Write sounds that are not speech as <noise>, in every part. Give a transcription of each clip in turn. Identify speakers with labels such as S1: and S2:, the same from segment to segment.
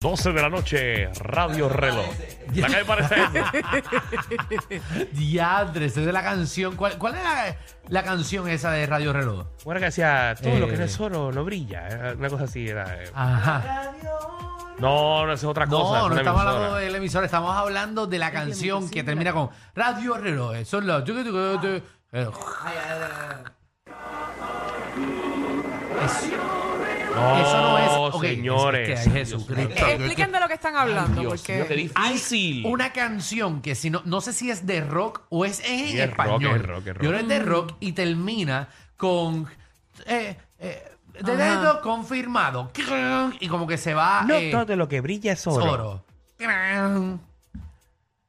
S1: 12 de la noche, Radio Reloj. La calle parece.
S2: <laughs> Diadres, es de la canción. ¿Cuál, cuál es la, la canción esa de Radio Reloj?
S1: Bueno, que decía, todo lo que
S2: Eh.
S1: es oro no brilla. Era Una cosa así era. eh.
S2: Ajá.
S1: No, no, eso es otra cosa.
S2: No, no
S1: una
S2: estamos
S1: emisora.
S2: hablando del emisor, estamos hablando de la canción que termina con Radio Reloj. eh, Son los. Eso,
S1: No,
S2: eso no es. ok,
S1: Oh, señores.
S2: es que, ay, Jesucristo.
S3: Eh, Expliquen de lo que están hablando, porque
S1: Qué difícil.
S2: Una canción que si no, no sé si es de rock o es en
S1: Sí, es rock,
S2: español.
S1: es rock, es rock.
S2: Yo creo que es de rock y termina con eh, eh, de
S3: Ajá.
S2: dedo confirmado. Y como que se va
S1: No,
S2: eh,
S1: todo lo que brilla es oro.
S2: oro.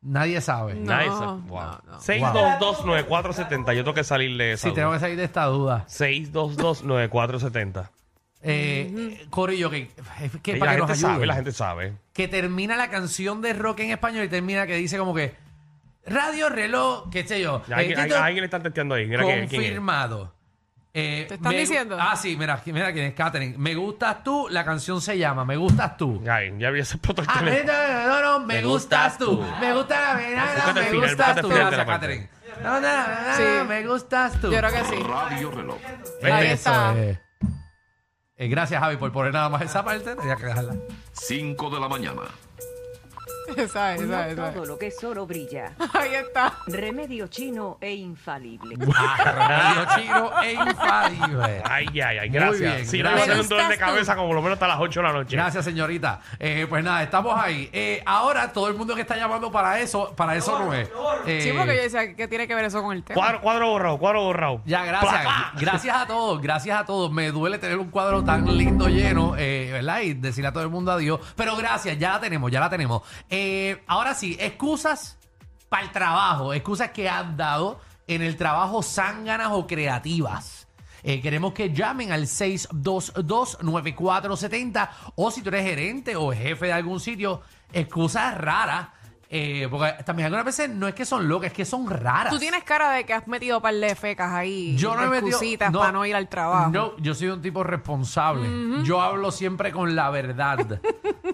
S2: Nadie sabe.
S3: No.
S1: Nice.
S3: no, no.
S1: 6229470. Yo tengo que salir de esa.
S2: Si tengo que salir de esta duda.
S1: 6229470.
S2: Eh, eh, Corillo, que, es <laughs> que
S1: Y
S2: para
S1: La
S2: que nos
S1: gente sabe,
S2: ayuden.
S1: la gente sabe.
S2: que termina la canción de rock en español y termina que dice como que Radio Reloj, qué sé yo.
S1: Ya, alguien-
S2: eh, Tito,
S1: alguien alguien le está testeando ahí. Mira que- quién es.
S2: confirmado. Eh,
S3: ¿Te están
S2: me gu-
S3: diciendo?
S2: Ah, sí, mira, mira quién es Katherine. Me gustas tú, la canción se llama Me gustas tú.
S1: Ay, ya había <laughs> explotado el
S2: Ah,
S1: teléfono.
S2: no, no, no, me, gustas tú. Me gusta la venada,
S1: Búscate el
S2: me
S1: final,
S2: gustas
S1: búscate el
S2: tú.
S1: final de
S2: Gracias,
S1: la parte.
S2: Katherine. No, no, no,
S3: Sí.
S2: me gustas tú.
S3: yo creo que sí.
S4: Radio Reloj.
S1: Ven,
S3: Ahí
S1: ven.
S3: está.
S2: eh. Eh, gracias, Javi, por poner nada más esa parte. Tenía que dejarla.
S4: 5 de la mañana.
S3: <laughs> Esa, esa,
S5: No
S3: esa.
S5: todo lo que es oro brilla.
S3: Ahí está.
S5: Remedio chino e infalible.
S2: Radio Chino e infalible.
S1: Ay, ay, ay,
S2: Muy
S1: gracias.
S2: bien,
S1: Si
S2: gracias.
S1: no, me un dolor de
S3: Estás tú.
S1: cabeza como por lo menos hasta las 8 de la noche.
S2: Gracias, señorita. Eh, pues nada, estamos ahí. Eh, ahora todo el mundo que está llamando para eso, para eso no es. Eh,
S3: Sí, porque yo decía que tiene que ver eso con el tema.
S1: Cuadro, cuadro borrado, cuadro borrado.
S2: ya, gracias. Gracias a todos, gracias a todos. Me duele tener un cuadro tan lindo lleno, eh, ¿verdad? Y decirle a todo el mundo adiós. Pero gracias, ya la tenemos, ya la tenemos. Eh, ahora sí, excusas para el trabajo, excusas que han dado en el trabajo zánganas o creativas. Eh, queremos que llamen al 622-9470 o si tú eres gerente o jefe de algún sitio, excusas raras. eh, porque también algunas veces no es que son locas, es que son raras.
S3: Tú tienes cara de que has metido par de fecas ahí.
S2: Yo no he metido
S3: excusitas para no ir al trabajo.
S2: No, yo soy un tipo responsable. Yo hablo siempre con la
S3: <laughs>
S2: verdad.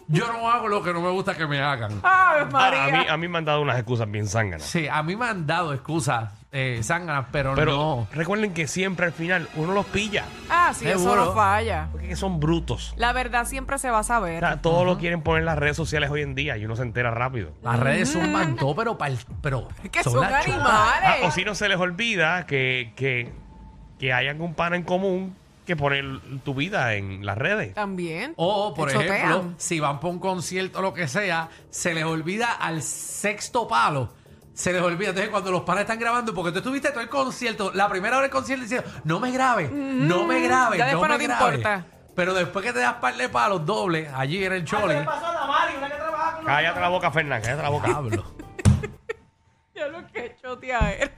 S2: yo no hago lo que no me gusta que me hagan.
S3: Ay,
S1: Ah,
S3: María.
S1: a, mí, a mí me han dado unas excusas bien zánganas.
S2: Sí, a mí me han dado excusas eh, zánganas, pero,
S1: Pero
S2: no.
S1: recuerden que siempre al final uno los pilla.
S3: Ah, sí, eso
S2: Seguro.
S3: no falla.
S1: Porque son brutos.
S3: La verdad siempre se va a
S1: O
S3: saber.
S1: sea, todo lo quieren poner en las redes sociales hoy en día y uno se entera rápido.
S2: Las redes son mantó, pero pa'l- pero
S3: Es que son
S2: las chulas.
S1: Ah,
S3: animales.
S1: o si no se les olvida que, que, que hay algún pana en común que pone el- tu vida en las redes.
S3: También.
S2: O, por
S3: Te
S2: ejemplo,
S3: chotean.
S2: si van por un concierto o lo que sea, se les olvida al sexto palo. Se les olvida. Entonces, cuando los panas están grabando, porque tú estuviste todo el concierto, la primera hora del concierto diciendo, no me grabe, no me grabe,
S3: Ya
S2: no
S3: después
S2: me
S3: no te
S2: grabe".
S3: importa.
S2: Pero después que te das par de palos dobles, allí en el chole,
S1: Cállate la boca, Fernández, cállate la boca.
S2: hablo.
S3: <laughs> Ya lo que chotea era.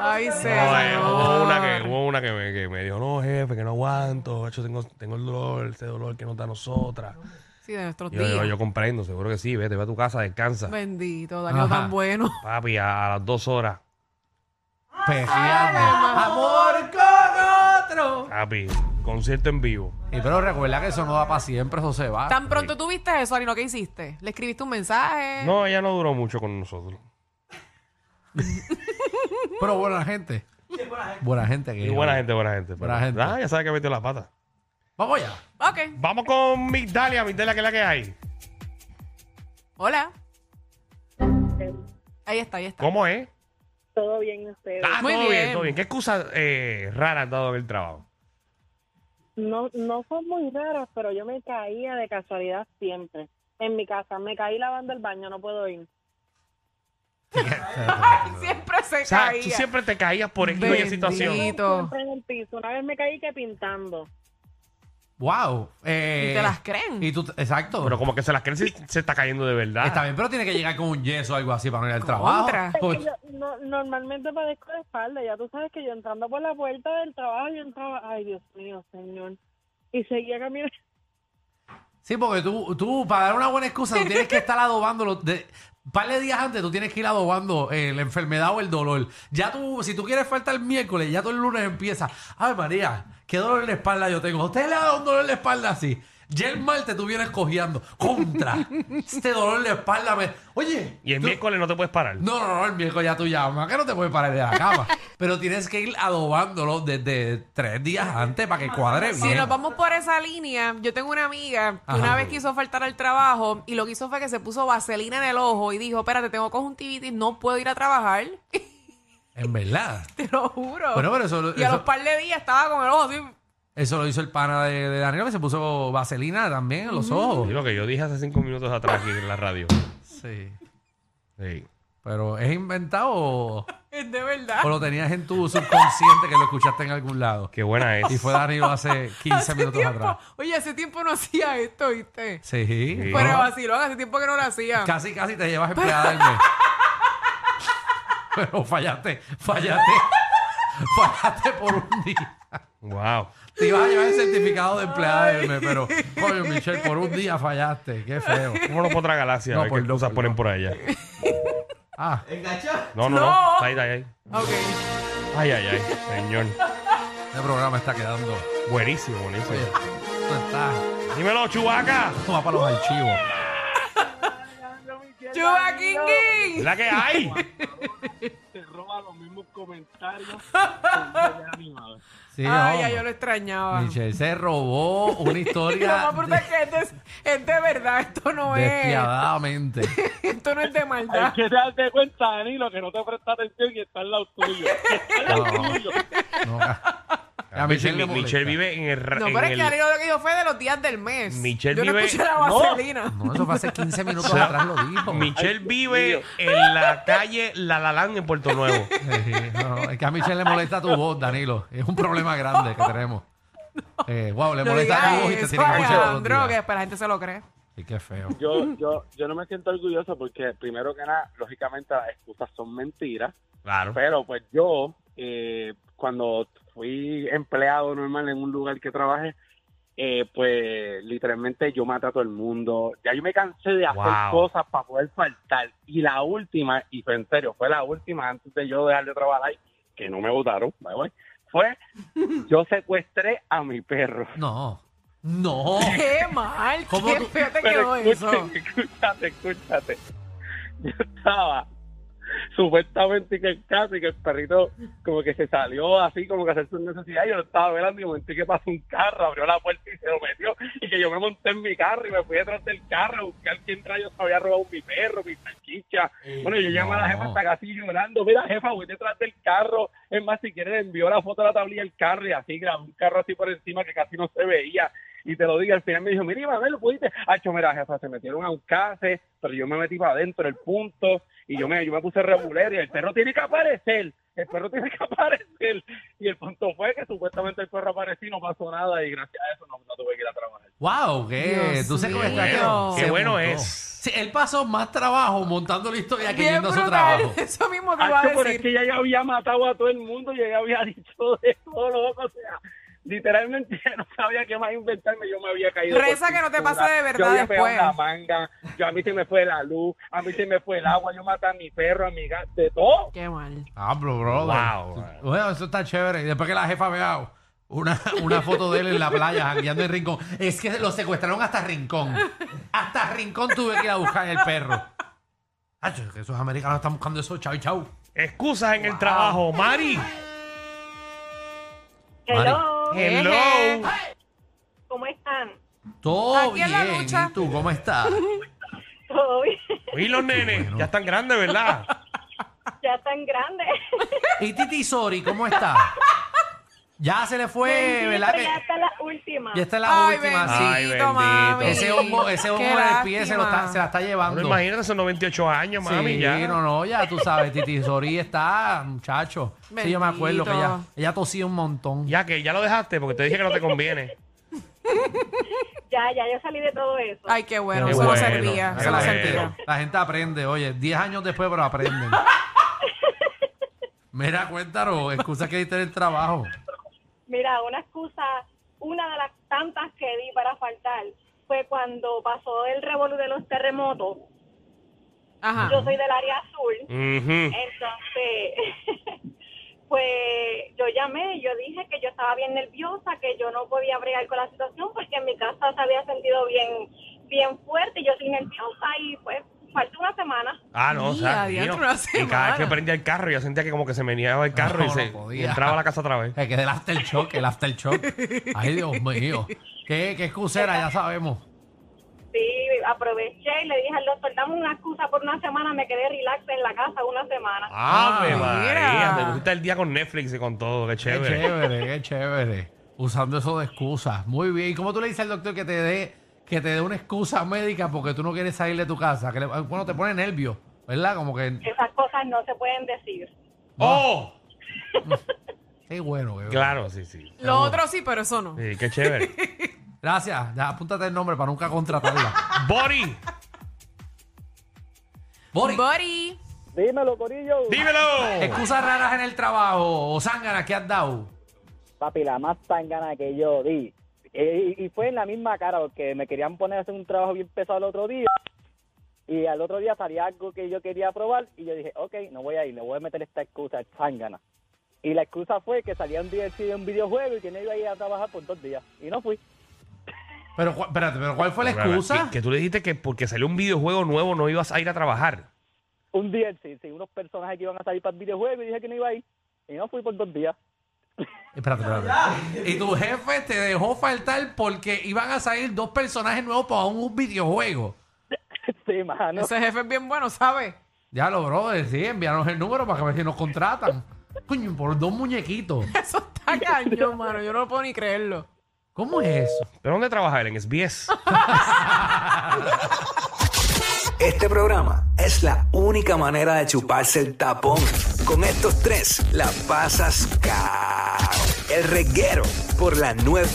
S3: Ay,
S1: No, eh, hubo una
S3: señor.
S1: que, hubo una que me, que me dijo, no, jefe, que no aguanto, hecho, tengo, tengo el dolor, ese dolor que nos da a nosotras.
S3: Sí, de nuestros
S1: Yo,
S3: días.
S1: yo, yo comprendo, seguro que sí, vete, ve a tu casa, descansa.
S3: Bendito, Danilo
S2: Ajá.
S3: tan bueno.
S1: Papi, a, a las dos horas,
S2: Pejeando. Amor con otro.
S1: papi, concierto en vivo.
S2: Y pero recuerda que eso no va para siempre, eso se va.
S3: Tan pronto tú viste eso, Arino, ¿qué hiciste? ¿Le escribiste un mensaje?
S1: No, ella no duró mucho con nosotros.
S2: Pero buena gente. Buena gente. que
S1: Y
S2: yo-
S1: buena gente, buena gente. pero-
S2: Buena gente.
S1: Ah, ya sabes que metió las patas.
S2: Vamos allá.
S3: Ok.
S1: Vamos con Migdalia, Migdalia, que es la que hay.
S3: Hola. Ahí está, ahí está.
S1: ¿Cómo es?
S6: Este, Todo bien, ustedes.
S1: Ah,
S3: Muy
S1: todo bien.
S3: bien.
S1: todo bien. ¿Qué excusas eh, raras has dado en el trabajo?
S6: No, no son muy raras, pero yo me caía de casualidad siempre. En mi casa, me caí lavando el baño, no puedo ir.
S2: Ah.
S3: Siempre se
S1: O sea, tú
S3: caía.
S1: siempre te caías por X o Y situación.
S3: Bendito.
S6: Siempre en el piso. Una vez me caí que pintando.
S2: Wow. eh,
S3: Y te las creen.
S2: Y tú, exacto.
S1: Pero como que se las creen si se está cayendo de verdad.
S2: Está bien, pero tiene que llegar con un yeso o algo así para no ir al
S3: Contra.
S2: trabajo.
S6: Es
S2: Pues,
S6: que yo no- normalmente padezco de espalda. Ya tú sabes que yo entrando por la puerta del trabajo, yo entraba, ay Dios mío, señor. Y seguía caminando.
S2: sí, porque tú, tú, para dar una buena excusa, tú tienes que estar adobando. los de- par de días antes tú tienes que ir adobando eh, la enfermedad o el dolor. Ya tú, si tú quieres faltar el miércoles, ya tú el lunes empieza. Ay, María, qué dolor en la espalda yo tengo. ¿Usted le ha dado un dolor en la espalda así? Ya el martes tú vienes cojeando.
S1: <laughs>
S2: Contra. este dolor de espalda me. Oye.
S1: Y el
S2: tú-
S1: miércoles no te puedes parar.
S2: No, no, no, el miércoles ya tú llamas, que no te puedes parar de la
S3: <laughs>
S2: cama. Pero tienes que ir adobándolo desde tres días antes para que cuadre bien.
S3: Si nos vamos por esa línea, yo tengo una amiga que
S2: Ajá.
S3: una vez quiso faltar al trabajo y lo que hizo fue que se puso vaselina en el ojo y dijo, espérate, tengo conjuntivitis, no puedo ir a trabajar. <laughs>
S2: En verdad.
S3: Te lo juro.
S2: Bueno, pero eso,
S3: y a los
S2: eso,
S3: par de días estaba con el ojo así.
S2: eso lo hizo el pana de, de Danilo, que se puso vaselina también en los ojos.
S1: Es lo que yo dije hace cinco minutos atrás aquí en la radio.
S2: Sí.
S1: Sí.
S2: Pero es inventado o,
S3: Es de verdad. <laughs>
S2: o lo tenías en tu subconsciente que lo escuchaste en algún lado.
S1: Qué buena es.
S2: Y fue Danilo
S3: <laughs>
S2: hace 15
S3: Hace
S2: minutos
S3: tiempo-
S2: atrás.
S3: Oye, hace tiempo no hacía esto, ¿viste?
S2: Sí.
S1: Sí.
S3: Pero
S2: ¿no?
S3: vacilón, hace tiempo que no lo hacía.
S2: Casi, casi te llevas
S3: <laughs>
S2: empleada del mes. Pero fallaste, fallaste, fallaste por un día.
S1: Wow.
S2: Te ibas a llevar el certificado de empleada del mes, pero, coño, Michelle, por un día fallaste. Qué feo.
S1: ¿Cómo no por otra galaxia? a
S2: No,
S1: ver
S2: por
S1: qué
S2: no,
S1: cosas
S2: por
S1: ponen
S2: no.
S1: por allá.
S2: Ah,
S1: No, no, no.
S3: No.
S1: Está ahí, está ahí, ahí.
S3: Ok.
S1: Ay, ay, ay. Señor.
S2: este programa está quedando.
S1: Buenísimo, buenísimo.
S2: Oye, esto está.
S1: Dímelo, Chubaca.
S2: esto va para los archivos.
S3: Chuba King King.
S1: ¿La que hay?
S6: Te roba los mismos comentarios. que de animales.
S2: Sí,
S3: Ay,
S2: no.
S3: ay, yo lo extrañaba.
S2: Michelle se robó una
S3: Y <laughs> lo
S2: historia
S3: más brutal es que este es, es de verdad, esto no
S2: de-
S3: es.
S2: despiadadamente.
S3: Esto no es de maldad.
S6: Hay que darte cuenta, Danilo, que no te presta atención y está al lado tuyo. Y está al lado
S2: No.
S6: tuyo.
S2: No, a a
S1: Michelle,
S2: Michelle, le molesta.
S1: Michelle vive en el... ra-
S3: No,
S1: en
S3: pero es
S1: el-
S3: que Danilo lo que dijo fue de los días del mes.
S1: Michelle
S3: Yo no
S1: vive-
S3: escuché la
S6: No.
S3: vaselina.
S2: No, eso fue hace 15 minutos
S1: O sea,
S2: atrás lo dijo.
S1: Michelle
S6: Ay, Dios
S1: vive
S6: mío.
S1: en la calle La Lalán en Puerto Nuevo.
S2: Sí, no, no, es que a Michelle le molesta tu voz, Danilo. Es un problema grande que tenemos. Eh, wow, le
S3: No
S2: molesta tu
S3: digas
S2: voz y te
S3: eso,
S2: tiene que escuchar todos los
S3: Alejandro, que
S2: días.
S3: después la gente se lo cree.
S2: Sí, qué feo.
S7: yo, yo, yo no me siento orgulloso porque primero que nada, lógicamente las excusas son mentiras,
S1: Claro.
S7: pero pues yo eh, cuando fui empleado normal en un lugar que trabajé, eh, pues literalmente yo maté a todo el mundo. Ya yo me cansé de hacer
S1: Wow.
S7: cosas para poder faltar. Y la última, y fue en serio, fue la última antes de yo dejar de trabajar, que no me votaron, by the way, fue yo secuestré a mi perro.
S2: No, no.
S3: <laughs> Qué mal,
S2: ¿Cómo
S3: qué
S2: tú-
S3: feo te
S7: Pero
S3: quedó eso.
S7: escúchate, <laughs> escúchate, escúchate. Yo estaba supuestamente que en casa y que el perrito como que se salió así como que a hacer sus necesidades. Yo lo estaba velando y de momento que pasó un carro, abrió la puerta y se lo metió. Y que yo me monté en mi carro y me fui detrás del carro a buscar quién rayos había robado mi perro, mi salchicha. Bueno, yo llamé a la jefa
S2: no.
S7: hasta casi llorando. Mira, jefa, voy detrás del carro. Es más, si quieres, le envió la foto a la tablilla del carro y así grabó un carro así por encima que casi no se veía. Y te lo digo, al final me dijo, mira, Isabel, lo pudiste. Hacho, mira, jefa, se metieron a un case, pero yo me metí para adentro del punto y yo me, yo me puse regulero y el perro tiene que aparecer. El perro tiene que <laughs> aparecer. Y el punto fue que supuestamente el perro apareció y no pasó nada y gracias a eso no, no tuve que ir a trabajar.
S2: Wow, qué.
S3: Dios
S2: tú sabes cómo
S3: mío.
S2: está
S3: Bueno,
S2: que
S1: qué
S2: se
S1: bueno
S2: montó.
S1: es.
S2: Sí, él pasó más trabajo montando la historia que
S3: Bien
S2: yendo a su
S3: brutal,
S2: trabajo.
S3: eso mismo te iba a
S7: Hacho, Ah, pero es
S3: decir.
S7: que ya, ya había matado a todo el mundo, ya, ya había <laughs> dicho de todo loco, o sea, literalmente <laughs> no sabía qué más inventarme, yo me había caído. por
S3: Reza que no te
S7: cintura,
S3: pase de verdad
S7: Yo había pegado
S3: después.
S7: la manga, yo a mí se me fue la luz, a mí se me fue el agua, yo maté a mi perro, a mi gato, de todo.
S3: Qué mal.
S2: Ah, bro, brother.
S1: Wow.
S2: Bueno, eso está chévere. Y después que la jefa vea una, una foto de él en la playa, jangueando en Rincón. Es que lo secuestraron hasta Rincón. Hasta Rincón tuve que ir a buscar el perro. Ay, es que esos americanos están buscando eso. Chau, chau.
S1: Excusas en el trabajo. Mari.
S8: Hello,
S1: Hello.
S8: ¿cómo están?
S2: Todo
S3: Aquí
S2: bien.
S3: en la lucha.
S2: ¿Y tú cómo estás?
S8: ¿Todo bien? <laughs>
S1: Y los nenes.
S2: bueno.
S1: Ya están grandes, ¿verdad?
S8: Ya tan grande.
S2: ¿Y Titi Sori cómo está? Ya se le
S8: <laughs>
S2: fue, Pues, ¿verdad?
S8: Bendito,
S2: Que-
S8: ya está la última.
S2: ya está en la
S3: Ay,
S2: última,
S3: bendito,
S2: sí.
S1: Ay, bendito.
S3: mami.
S2: Ese hongo, ese hongo
S3: Qué
S2: del pie se, lo
S3: lástima.
S2: está- se la está llevando.
S1: Bueno, imagínate, son 98 años, mami.
S2: sí,
S1: ya.
S2: no, no, ya tú sabes, Titi Sori está, muchacho. Sí, yo me acuerdo que ella,
S3: Bendito.
S2: ella tosía un montón.
S1: Ya que ya lo dejaste porque te dije que no te conviene.
S8: Ya, ya, yo salí de todo eso.
S3: Ay, qué bueno,
S2: Qué
S3: eso no
S1: bueno.
S3: servía.
S2: Mira
S1: Qué
S2: que
S3: Eso no
S2: la,
S1: bueno.
S2: gente,
S3: servía.
S2: la gente aprende, oye, 10 años después, pero aprenden. Mira, cuéntanos, excusa que diste en el trabajo.
S8: Mira, una excusa, una de las tantas que di para faltar fue cuando pasó el revolú de los terremotos.
S3: Ajá.
S8: Yo soy del área azul,
S1: Ujú.
S8: entonces <laughs> pues yo llamé, yo dije que yo estaba bien nerviosa, que yo no podía bregar con la situación porque en mi casa se había sentido bien, bien fuerte y yo soy nerviosa y pues falta una semana.
S1: Ah, no, o sea,
S3: Mira,
S1: mío. Y
S3: diantre, una
S1: cada
S3: semana.
S1: vez que prendía el carro, yo sentía que como que se meneaba el carro
S2: No,
S1: y
S2: no
S1: se
S2: podía.
S1: y entraba a la casa otra vez.
S2: Es que del aftershock, el aftershock. Ay, Dios mío. Qué, qué excusera, ya sabemos.
S8: Sí, aproveché y le dije al doctor, dame una excusa por una semana, me quedé relax en la casa una semana.
S1: ¡Ave
S2: Ah,
S1: María!
S3: mira.
S1: Te pusiste el día con Netflix y con todo, qué
S2: Qué
S1: chévere.
S2: chévere, qué chévere. Usando eso de excusas. Muy bien. ¿Y cómo tú le dices al doctor que te dé que te dé una excusa médica porque tú no quieres salir de tu casa? Que le- bueno, te pone nervio, ¿verdad? Como que.
S8: Esas cosas no se pueden decir.
S1: ¡Oh!
S2: Qué bueno, qué bueno.
S1: Claro, sí, sí.
S3: Lo otro sí, pero eso no.
S1: Sí, qué
S2: <laughs>
S1: chévere.
S2: Gracias. Ya, apúntate el nombre para nunca contratarla.
S1: <laughs> Bori,
S2: Boris,
S3: Buddy.
S9: Dímelo, Corillo.
S1: dímelo.
S2: excusas raras en el trabajo o zánganas que has dado.
S7: Papi, la más tangana que yo di. Eh, Y, y fue en la misma cara, porque me querían poner a hacer un trabajo bien pesado el otro día. Y al otro día salía algo que yo quería probar. Y yo dije, ok, no voy a ir, le voy a meter esta excusa, tangana. Y la excusa fue que salía un día de un videojuego y que no iba a ir a trabajar por dos días. Y no fui.
S2: Pero, cu- espérate, pero ¿cuál fue la excusa?
S1: Que, que tú le dijiste que porque salió un videojuego nuevo no ibas a ir a trabajar.
S7: Un día, sí, sí, unos personajes que iban a salir para el videojuego y dije que no iba a ir. Y no fui por dos días. <laughs>
S2: Espérate, espérate. Y tu jefe te dejó faltar porque iban a salir dos personajes nuevos para un videojuego.
S7: sí, mano.
S3: Ese jefe es bien bueno, ¿sabes?
S2: Ya lo, brother, sí, envíanos el número para que a ver si nos contratan. Coño, por dos muñequitos.
S3: Eso está cañón, mano. Yo no puedo ni creerlo.
S2: ¿Cómo es eso?
S1: ¿Pero dónde trabaja él? En SBS.
S10: Este programa es la única manera de chuparse el tapón. Con estos tres la pasas cao. El reguero por la nueva